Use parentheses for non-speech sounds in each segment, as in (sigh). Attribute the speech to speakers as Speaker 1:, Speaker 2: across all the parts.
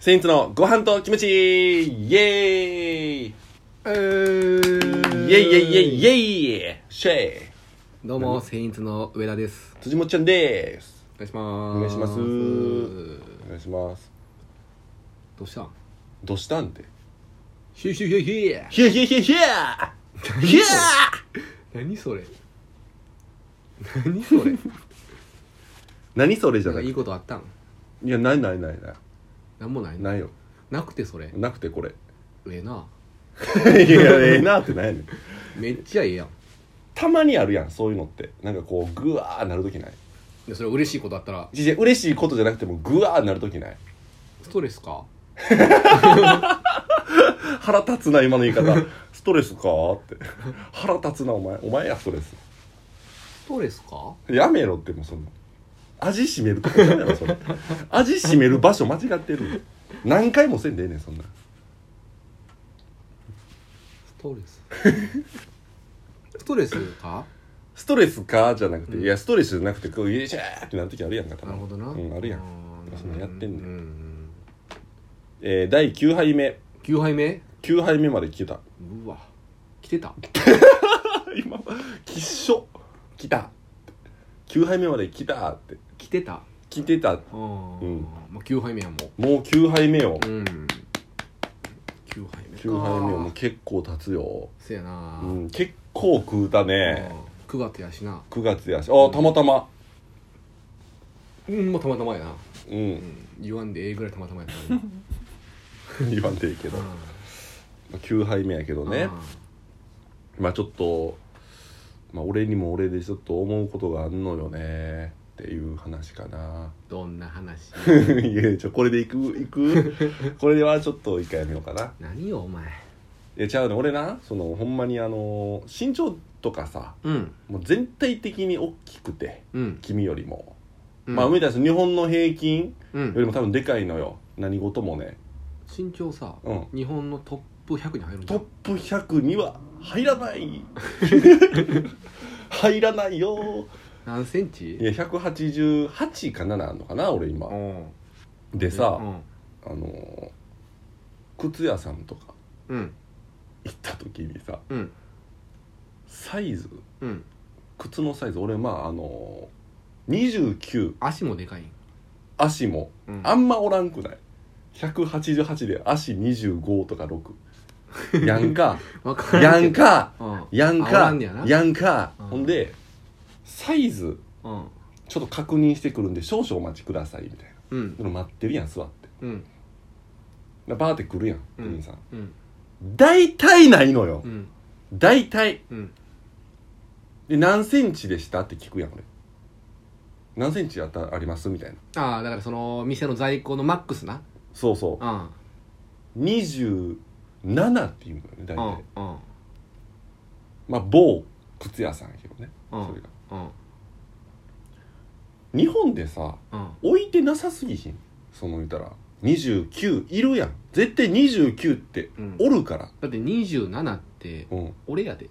Speaker 1: セインツのご飯とキムチイエーイ
Speaker 2: えー
Speaker 1: イエイイエイイエイイエイシェイ
Speaker 2: どうも、セインツの上田です。
Speaker 1: 辻もちゃんです
Speaker 2: お願いします。
Speaker 1: お願いします
Speaker 2: ど
Speaker 1: お願いします
Speaker 2: うしたん
Speaker 1: どうしたんで
Speaker 2: ヒュヒュヒュヒュ
Speaker 1: ヒュヒュヒュヒューヒュー
Speaker 2: 何それ何 (laughs) それ
Speaker 1: 何それじゃ
Speaker 2: なん
Speaker 1: な
Speaker 2: か
Speaker 1: い
Speaker 2: いい
Speaker 1: い
Speaker 2: ことあったん
Speaker 1: やないないないない
Speaker 2: なんもないな
Speaker 1: ないよ
Speaker 2: なくてそれ。
Speaker 1: なくてこ (laughs) れ
Speaker 2: ええな。
Speaker 1: いやええなってないねん
Speaker 2: めっちゃええやん。
Speaker 1: たまにあるやんそういうのってなんかこうグワーなるときない
Speaker 2: でそれ嬉しいことあったら、
Speaker 1: じゃ嬉しいことじゃなくてもグワーなるときない
Speaker 2: ストレスか
Speaker 1: 腹立つな今の言い (laughs) 方ストレスかって腹立つなお前お前やストレス
Speaker 2: ストレスか
Speaker 1: やめろってもうその味しめるとこちゃうやろそれ味しめる場所間違ってる何回もせんでええねんそんな
Speaker 2: ストレ
Speaker 1: (laughs)
Speaker 2: ス。ストレスか
Speaker 1: ストレスかじゃなくて、
Speaker 2: うん
Speaker 1: いやストレスじゃなくてこうイエシャーってなる時あるやんかたま
Speaker 2: なる
Speaker 1: に
Speaker 2: ほどな。
Speaker 1: うんあるやん
Speaker 2: ー
Speaker 1: そんなんやってんねん
Speaker 2: ううん
Speaker 1: えー第9杯目
Speaker 2: 9杯目
Speaker 1: 9杯目まで来た
Speaker 2: うわ。来てた
Speaker 1: 今きっしょ来た9杯目まで来たって
Speaker 2: 来てた
Speaker 1: 来てた
Speaker 2: う
Speaker 1: うん
Speaker 2: ん。まあ9杯目やもう。
Speaker 1: もう9杯目よ
Speaker 2: うん9杯目か
Speaker 1: 9杯目よもう結構経つよ、
Speaker 2: せやな、
Speaker 1: うん、結構食うたね
Speaker 2: 9月やしな
Speaker 1: 9月やしああたまたま
Speaker 2: うんまあたまたまやな、
Speaker 1: う
Speaker 2: うんん、言わんでええぐらいたまたまやったな
Speaker 1: (laughs) 言わんでいいけど9杯目やけど
Speaker 2: うん
Speaker 1: ねまあちょっと、まあ、俺にも俺でちょっと思うことがあんのよねっていう話かな (laughs)
Speaker 2: どんな話
Speaker 1: いやちょこれでいくいく
Speaker 2: (laughs)
Speaker 1: これではちょっと一回やめようかな
Speaker 2: 何よお前
Speaker 1: えちゃうね俺なそのほんまにあの身長とかさ
Speaker 2: うん
Speaker 1: もう全体的に大きくて
Speaker 2: うん
Speaker 1: 君よりも、
Speaker 2: うん
Speaker 1: まあ梅田さん日本の平均
Speaker 2: う
Speaker 1: より
Speaker 2: ん
Speaker 1: も多分でかいのよ何事もね
Speaker 2: 身長さ、
Speaker 1: うん
Speaker 2: 日本のトップ100に入るんじゃ
Speaker 1: トッ
Speaker 2: ん
Speaker 1: プ100には入らない
Speaker 2: (laughs)
Speaker 1: 入らないよ
Speaker 2: 何センチ
Speaker 1: いや188か7あんのかな俺今
Speaker 2: うん
Speaker 1: でさ、
Speaker 2: うん
Speaker 1: あのー靴屋さんとか
Speaker 2: うん
Speaker 1: 行った時にさ
Speaker 2: うん
Speaker 1: サイズ
Speaker 2: うん
Speaker 1: 靴のサイズ俺まああのー29
Speaker 2: 足もでかいん、
Speaker 1: 足も
Speaker 2: うん
Speaker 1: あんまおらんくない188で足25とか6やんか
Speaker 2: わから
Speaker 1: や
Speaker 2: んけ
Speaker 1: ん
Speaker 2: ど
Speaker 1: か
Speaker 2: うん
Speaker 1: やん
Speaker 2: あおら
Speaker 1: か
Speaker 2: んねやな
Speaker 1: やんか
Speaker 2: うん
Speaker 1: ほんでサイズ
Speaker 2: うん
Speaker 1: ちょっと確認してくるんで少々お待ちくださいみたいな
Speaker 2: うん
Speaker 1: でも待ってるやん座って
Speaker 2: うん
Speaker 1: でバーって来るやん店員さん
Speaker 2: うん
Speaker 1: 大体ないのよ
Speaker 2: うん
Speaker 1: 大体
Speaker 2: うん
Speaker 1: で何センチでしたって聞くやん俺何センチあったありますみたいな
Speaker 2: ああだからその店の在庫のマックスな
Speaker 1: そうそう
Speaker 2: うんうん
Speaker 1: 27っていうのよね大体、
Speaker 2: うん
Speaker 1: まあ某靴屋さんやけどね、
Speaker 2: うん
Speaker 1: それが
Speaker 2: うん
Speaker 1: 日本でさ
Speaker 2: うん
Speaker 1: 置いてなさすぎひんその言うたら29いるやん絶対29って
Speaker 2: うん
Speaker 1: おるから
Speaker 2: だって27って
Speaker 1: うん
Speaker 2: 俺やで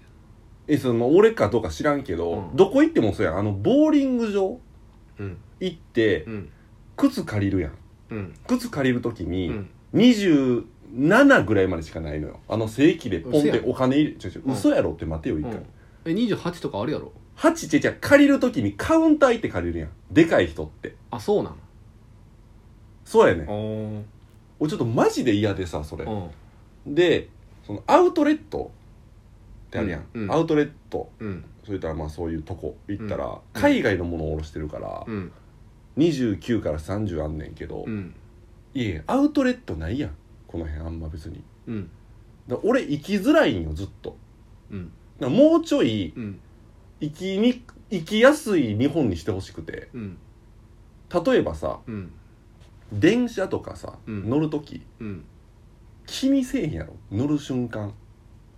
Speaker 1: えその俺かどうか知らんけど、
Speaker 2: うん
Speaker 1: どこ行ってもそうやんあのボーリング場
Speaker 2: うん
Speaker 1: 行って
Speaker 2: うん
Speaker 1: 靴借りるやん
Speaker 2: うん
Speaker 1: 靴借りる時
Speaker 2: う
Speaker 1: に、
Speaker 2: ん
Speaker 1: 27ぐらいまでしかないのよあの正規でポンっ
Speaker 2: 嘘や
Speaker 1: て
Speaker 2: ろ
Speaker 1: お金入れちょちょ
Speaker 2: うん
Speaker 1: 嘘やろって待てよ一回、
Speaker 2: え28とかあるやろ
Speaker 1: 8ちゃちゃ借りる時にカウンター行って借りるやんでかい人って
Speaker 2: あそうなん
Speaker 1: そうやねん
Speaker 2: お
Speaker 1: 俺ちょっとマジで嫌でさそれ
Speaker 2: うん
Speaker 1: でそのアウトレットってあるやん、
Speaker 2: うんうん
Speaker 1: アウトレット
Speaker 2: うん
Speaker 1: それとはまあそういうとこ行ったら、海外のものを卸してるから、
Speaker 2: うん
Speaker 1: 29から30あんねんけど、
Speaker 2: うん
Speaker 1: いやアウトレットないやんこの辺あんま別に
Speaker 2: うん
Speaker 1: だから俺行きづらいんよずっと
Speaker 2: うん
Speaker 1: だからもうちょい
Speaker 2: うん
Speaker 1: 行きに行きやすい日本にしてほしくて
Speaker 2: うん
Speaker 1: 例えばさ
Speaker 2: うん
Speaker 1: 電車とかさ、
Speaker 2: うん
Speaker 1: 乗る時
Speaker 2: うん
Speaker 1: 気にせえへんやろ乗る瞬間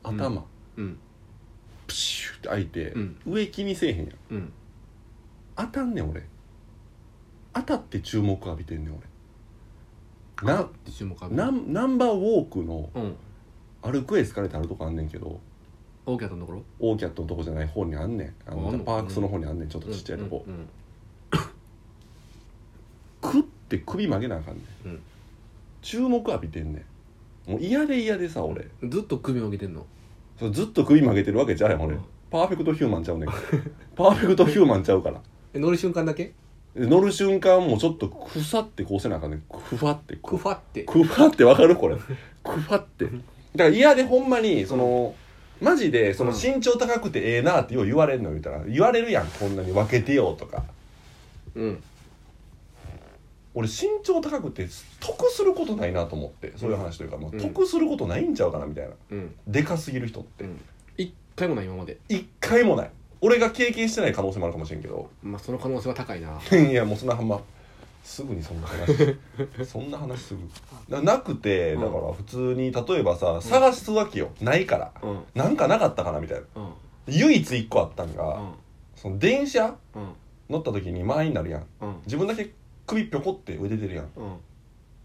Speaker 1: 頭、
Speaker 2: うん
Speaker 1: プシュって開いて、
Speaker 2: うん
Speaker 1: 上気にせえへんやん
Speaker 2: うん
Speaker 1: 当たんねん俺当たって注目浴びてんねん俺な
Speaker 2: 注目か
Speaker 1: ナンナンバーウォークの
Speaker 2: うん
Speaker 1: 歩くエスカレーターあるとこあんねんけど
Speaker 2: 大きかったところ
Speaker 1: オーキャットのとこじゃない方にあんねんあの
Speaker 2: あんの
Speaker 1: パークスの方にあんねんちょっとちっちゃいとこ、
Speaker 2: うん
Speaker 1: クッて首曲げなあかんねん、
Speaker 2: うん
Speaker 1: 注目浴びてんねんもう嫌で嫌でさ俺
Speaker 2: ずっと首曲げてんの
Speaker 1: そうずっと首曲げてるわけじゃん俺、
Speaker 2: うん
Speaker 1: パーフェクトヒューマンちゃうねんからパーフェクトヒューマンちゃうから
Speaker 2: え乗る瞬間だけ
Speaker 1: で乗る瞬間もうちょっとくさってこうせなあかんねんくわって
Speaker 2: クファって
Speaker 1: くわってわかるこれくわってだから嫌でほんまにそのマジでその
Speaker 2: うん
Speaker 1: 身長高くてええなってよう言われんの言うたら言われるやんこんなに分けてよとか
Speaker 2: うん
Speaker 1: 俺身長高くて得することないなと思ってそういう話というか、もう
Speaker 2: うん
Speaker 1: 得することないんちゃうかなみたいな
Speaker 2: うん
Speaker 1: でかすぎる人って
Speaker 2: うん一回もない今まで
Speaker 1: 一回もない俺が経験してない可能性もあるかもしれんけど
Speaker 2: まあその可能性は高いない
Speaker 1: やもうそんなはんますぐにそんな話そんな話すぐななくてだから普通に例えばさ探すわけよないから
Speaker 2: うん
Speaker 1: なんかなかったかなみたいな
Speaker 2: うん
Speaker 1: 唯一一個あったん
Speaker 2: う
Speaker 1: が、
Speaker 2: ん
Speaker 1: その電車
Speaker 2: うん
Speaker 1: 乗った時に満員になるやん
Speaker 2: うん
Speaker 1: 自分だけ首ぴょこって上出てるやん
Speaker 2: うん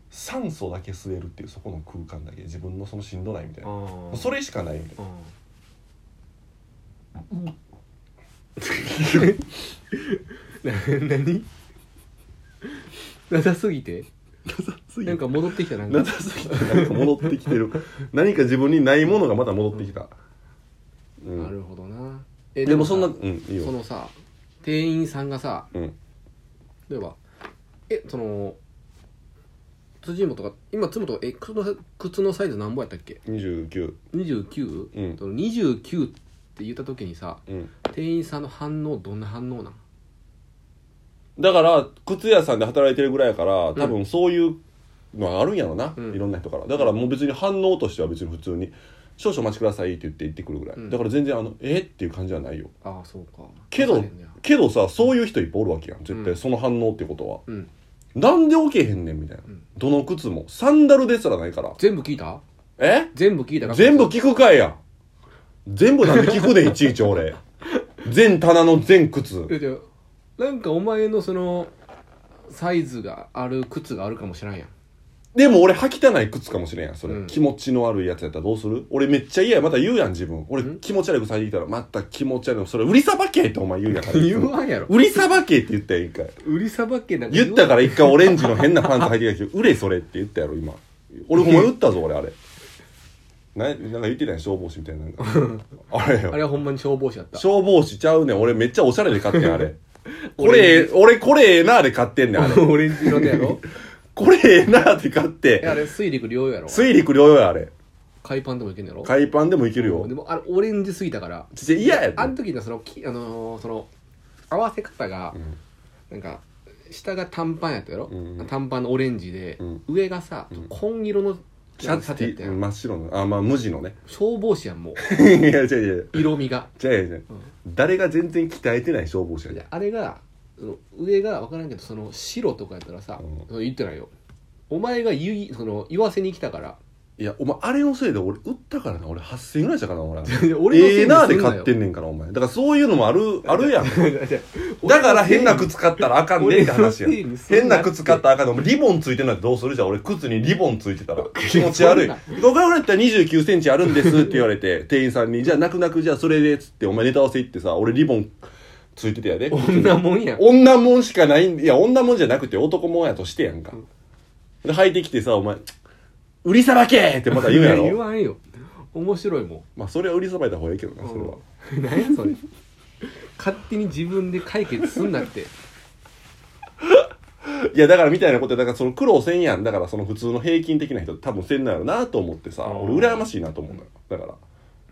Speaker 1: 酸素だけ吸えるっていうそこの空間だけ自分のそのしんどないみたいな、
Speaker 2: うん
Speaker 1: それしかないみたい
Speaker 2: うんな何なさすぎて
Speaker 1: な
Speaker 2: なんか戻ってきたなん
Speaker 1: な
Speaker 2: か
Speaker 1: さすぎてなんか戻ってきてる何か自分にないものがまた戻ってきた、うん
Speaker 2: なるほどなえ
Speaker 1: でもそんなう
Speaker 2: で
Speaker 1: んいい
Speaker 2: もさそ
Speaker 1: よ
Speaker 2: のさ店員さんがさ
Speaker 1: うん
Speaker 2: 例えばえその辻本が今辻本がえ靴の靴のサイズ何本やったっけ
Speaker 1: 29
Speaker 2: 29?、
Speaker 1: うん
Speaker 2: その29って言った時にさ
Speaker 1: うん
Speaker 2: 店員さんの反応どんな反応なん
Speaker 1: だから靴屋さんで働いてるぐらいやから多分そういうのはあるんやろな、
Speaker 2: うん
Speaker 1: いろんな人からだからもう別に反応としては別に普通に「少々お待ちください」って言って行ってくるぐらい、
Speaker 2: うん
Speaker 1: だから全然あの「えっ?」ていう感じはないよ
Speaker 2: ああそうか
Speaker 1: けど
Speaker 2: 刺されんねや
Speaker 1: けどさそういう人いっぱいおるわけやん絶
Speaker 2: う
Speaker 1: 対
Speaker 2: ん
Speaker 1: その反応ってことは、
Speaker 2: うん
Speaker 1: なんで起けへんねんみたいな、
Speaker 2: うん
Speaker 1: どの靴もサンダルですらないから
Speaker 2: 全部聞いた
Speaker 1: え
Speaker 2: 全部聞いたか
Speaker 1: 全部聞くかいや全部なんで聞くねんいちいち俺全棚の全靴
Speaker 2: いやいやなんかお前のそのサイズがある靴があるかもしらんやん
Speaker 1: でも俺履きたない靴かもしれんやんそれ、
Speaker 2: うん
Speaker 1: 気持ちの悪いやつやったらどうする俺めっちゃ嫌やまた言うやん自分俺
Speaker 2: うん
Speaker 1: 気持ち悪い靴履いてきたらまた気持ち悪いのそれ売りさばけってお前言うやんから
Speaker 2: 言わんやろ
Speaker 1: 売りさばけって言ったやん一回
Speaker 2: 売りさばけなんか
Speaker 1: 言ったからら一回オレンジの変なパンツ履いてきたけど「売れそれ」って言ったやろ今俺お前打ったぞ俺あれななんか言ってない消防士みたいななん
Speaker 2: (laughs)
Speaker 1: かあれ
Speaker 2: あれ
Speaker 1: よ
Speaker 2: はほんまに消防士やった
Speaker 1: 消防士ちゃうねん俺めっちゃおしゃれで買ってんあれこ
Speaker 2: (laughs) 俺
Speaker 1: れ俺これええなーで買ってんね
Speaker 2: (laughs)
Speaker 1: んあれ
Speaker 2: オレンジ色の
Speaker 1: (laughs)
Speaker 2: やろ
Speaker 1: これええなーで買っ
Speaker 2: えあ
Speaker 1: て
Speaker 2: れ水陸両用やろ
Speaker 1: 水陸両用やあれ
Speaker 2: 海パンでもいけんのやろ
Speaker 1: 海パンでもいけるよ
Speaker 2: でもあれオレンジすぎたから
Speaker 1: ちっちゃい嫌やって
Speaker 2: あの時のそのきあのーその合わせ方が
Speaker 1: うん
Speaker 2: なんか下が短パンやったやろ、
Speaker 1: うんうん
Speaker 2: 短パンのオレンジで、
Speaker 1: うん
Speaker 2: 上がさ
Speaker 1: うん
Speaker 2: 紺色の
Speaker 1: シャツ
Speaker 2: シャツやっ
Speaker 1: 着
Speaker 2: た
Speaker 1: て
Speaker 2: やん
Speaker 1: 真っ白のあまあ無地のね
Speaker 2: 消防士やんも
Speaker 1: (laughs) いや違う違う
Speaker 2: う色味が
Speaker 1: 違う違う違う誰が全然鍛えてない消防士や
Speaker 2: で
Speaker 1: ね
Speaker 2: あれがその上が分からんけどその白とかやったらさ、
Speaker 1: うん
Speaker 2: その言ってないよお前が言いその言わせに来たから
Speaker 1: いやお前あれのせいで俺売ったからな俺8000円ぐらいしたからな俺
Speaker 2: (laughs) 俺
Speaker 1: (laughs)
Speaker 2: の
Speaker 1: ええ
Speaker 2: せいにすんな
Speaker 1: な
Speaker 2: よ
Speaker 1: ーで買ってんねんからお前だからそういうのもあるあるやん
Speaker 2: (laughs)
Speaker 1: だから変な靴買ったらあかんねんって話や
Speaker 2: 俺のせいにすん
Speaker 1: 変
Speaker 2: な
Speaker 1: な
Speaker 2: って
Speaker 1: 靴買ったらあかんねんお前リボンついてんのってどうするじゃん俺靴にリボンついて
Speaker 2: (laughs)
Speaker 1: たら気持ち悪い
Speaker 2: そん
Speaker 1: 僕が俺やったら2 9センチあるんですって言われて (laughs) 店員さんにじゃあ泣く泣くじゃあそれでっつってお前ネタ合わせ行ってさ俺リボンついててやで
Speaker 2: 女もんやん
Speaker 1: 女もんしかないんいや女もんじゃなくて男もんやとしてやんか、で履いてきてさお前「売りさばけ!」ってまた言うや
Speaker 2: (laughs) い言
Speaker 1: ろ
Speaker 2: わんよ面白いもん
Speaker 1: まあそれは売りさばいた方がいいけどなそれは、
Speaker 2: うん何やそれ勝手に自分で解決すんなって
Speaker 1: いやだからみたいなことやだからその苦労せんやんだからその普通の平均的な人多分せんのやろなと思ってさ
Speaker 2: うん
Speaker 1: 俺羨ましいなと思うんだよだか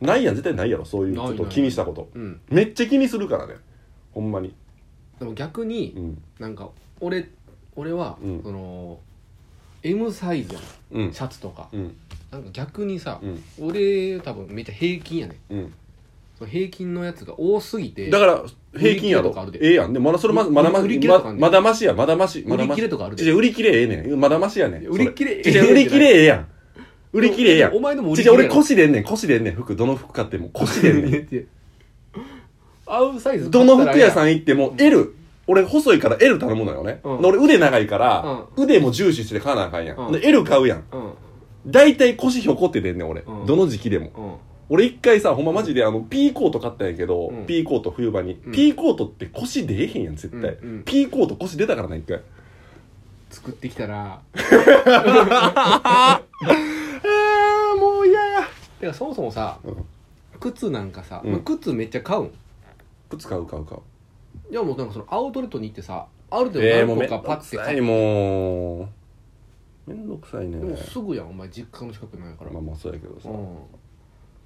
Speaker 1: らないやん絶対ないやろそういうちょっ
Speaker 2: ない
Speaker 1: と
Speaker 2: ない
Speaker 1: 気にしたこと
Speaker 2: うん
Speaker 1: めっちゃ気にするからねほんまに
Speaker 2: でも逆に、
Speaker 1: うん
Speaker 2: なんか俺俺は、
Speaker 1: うん
Speaker 2: その M サイズやん
Speaker 1: うん
Speaker 2: シャツとか、
Speaker 1: うん
Speaker 2: なんか逆にさ、
Speaker 1: うん
Speaker 2: 俺多分めっちゃ平均やねん
Speaker 1: うん
Speaker 2: その平均のやつが多すぎて
Speaker 1: だから平均や
Speaker 2: 売り切れと
Speaker 1: ろ
Speaker 2: かあるで
Speaker 1: ええやんでまだそれま
Speaker 2: 売り
Speaker 1: まだま
Speaker 2: 売り切れとか
Speaker 1: ま
Speaker 2: あんねん
Speaker 1: まだましやまだましまだ
Speaker 2: 売り
Speaker 1: ま
Speaker 2: 切
Speaker 1: し
Speaker 2: れとかある
Speaker 1: ちょちょ売り切れええねんまだましやねん
Speaker 2: 売り切れ
Speaker 1: そちょちょ売り切れええやん売り切れええやん
Speaker 2: お前のも売
Speaker 1: ち
Speaker 2: り
Speaker 1: ょちょ
Speaker 2: 切
Speaker 1: 俺
Speaker 2: れやろ
Speaker 1: 腰でんねん腰でんねん服どの服買っても腰でんねん
Speaker 2: (laughs) 合うサイズ
Speaker 1: どの服屋さ
Speaker 2: ん
Speaker 1: ん行っても L 俺細いから L 頼むのよね、
Speaker 2: うん
Speaker 1: で俺腕長いから、腕も重視して買わなあかんやん、
Speaker 2: うん
Speaker 1: で L 買うやん
Speaker 2: うん
Speaker 1: 大体腰ひょこって出んねん俺、
Speaker 2: うん
Speaker 1: どの時期でも
Speaker 2: うん
Speaker 1: 俺一回さほんまマジであの P コート買ったんやけど、
Speaker 2: うん
Speaker 1: P コート冬場に、
Speaker 2: うん
Speaker 1: P コートって腰出えへんやん絶対、
Speaker 2: うんうん
Speaker 1: P コート腰出たからな一回
Speaker 2: 作ってきたら
Speaker 1: ああもう嫌や
Speaker 2: てかそもそもさ
Speaker 1: うん
Speaker 2: 靴なんかさ、
Speaker 1: うん
Speaker 2: まあ靴めっちゃ買うん
Speaker 1: 靴買う買う買う
Speaker 2: じゃあもうなんかそのアウトレットに行ってさある程度
Speaker 1: えー、もうめんど
Speaker 2: 何個かパッ
Speaker 1: く
Speaker 2: て
Speaker 1: さ
Speaker 2: 買
Speaker 1: い
Speaker 2: っ
Speaker 1: もうめんどくさいね
Speaker 2: てもうすぐやんお前実家の近くないから、
Speaker 1: まあまあそうやけどさ、
Speaker 2: うん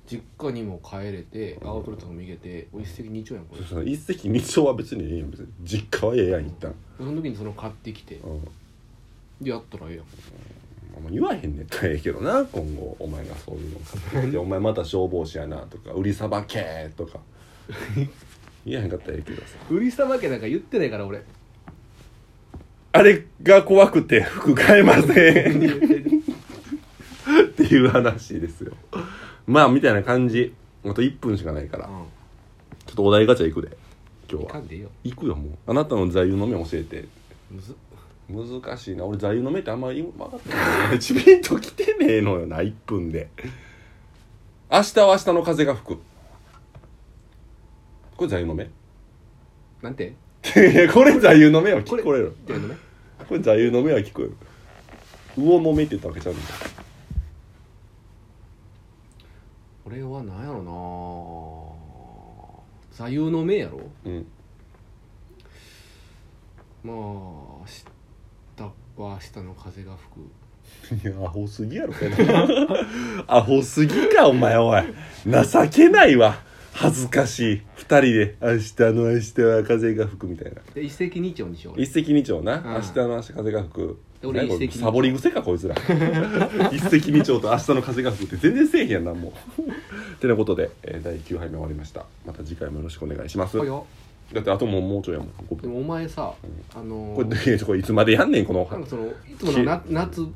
Speaker 2: 実家にも帰れて
Speaker 1: うん
Speaker 2: アウトレットも行けて一石二鳥やんこれ
Speaker 1: その一石二鳥は別にええやん別に実家はええやん一旦、
Speaker 2: その時にその買ってきて
Speaker 1: うん
Speaker 2: でやったらええやん
Speaker 1: あんま言わへんねんったらええけどな今後お前がそういうの買ってきてお前また消防士やな」とか「売りさばけ」とか言えへんかったらええけどさ
Speaker 2: 売りさばけなんか言ってないから俺
Speaker 1: あれが怖くて服買えませんっていう話ですよまあみたいな感じあと1分しかないから
Speaker 2: う
Speaker 1: ちょっとお題ガチャ行くで今
Speaker 2: んい
Speaker 1: 日
Speaker 2: か
Speaker 1: は
Speaker 2: んでええよ
Speaker 1: 行くよもうあなたの座右の銘教えて
Speaker 2: むずっ
Speaker 1: 難しいな俺座右の銘ってあんまり分かってないチビンと来てねえのよな1分で明日は明日の風が吹くこれ座右の銘 (laughs) い
Speaker 2: なんて
Speaker 1: やこれ座右の銘は聞こえる
Speaker 2: ってやるのね
Speaker 1: これ座右の銘は聞こえる魚の目って言ったわけちゃうんだ
Speaker 2: 俺はなんやろな座右の銘やろ
Speaker 1: うん
Speaker 2: まあ明日は明日の風が吹く
Speaker 1: いやアホすぎやろこれ (laughs) アホすぎかお前おい情けないわ恥ずかしい2人で「明日の明日は風が吹く」みたいな
Speaker 2: で一石二鳥にしよう俺
Speaker 1: 一石二鳥な、
Speaker 2: ん
Speaker 1: 明日の明日風が吹く
Speaker 2: で俺
Speaker 1: 何これ
Speaker 2: 一石二鳥
Speaker 1: サボり癖かこいつ
Speaker 2: (laughs)
Speaker 1: ら一石二鳥と明日の風が吹くって全然せえへんやんなもうてなことで、えー第9杯目終わりましたまた次回もよろしくお願いします
Speaker 2: あいや
Speaker 1: だってあともうもうちょいやもん5
Speaker 2: で
Speaker 1: 分
Speaker 2: もお前さあの
Speaker 1: これいやこれいつまでやんねんこの
Speaker 2: なんかそのいつものな夏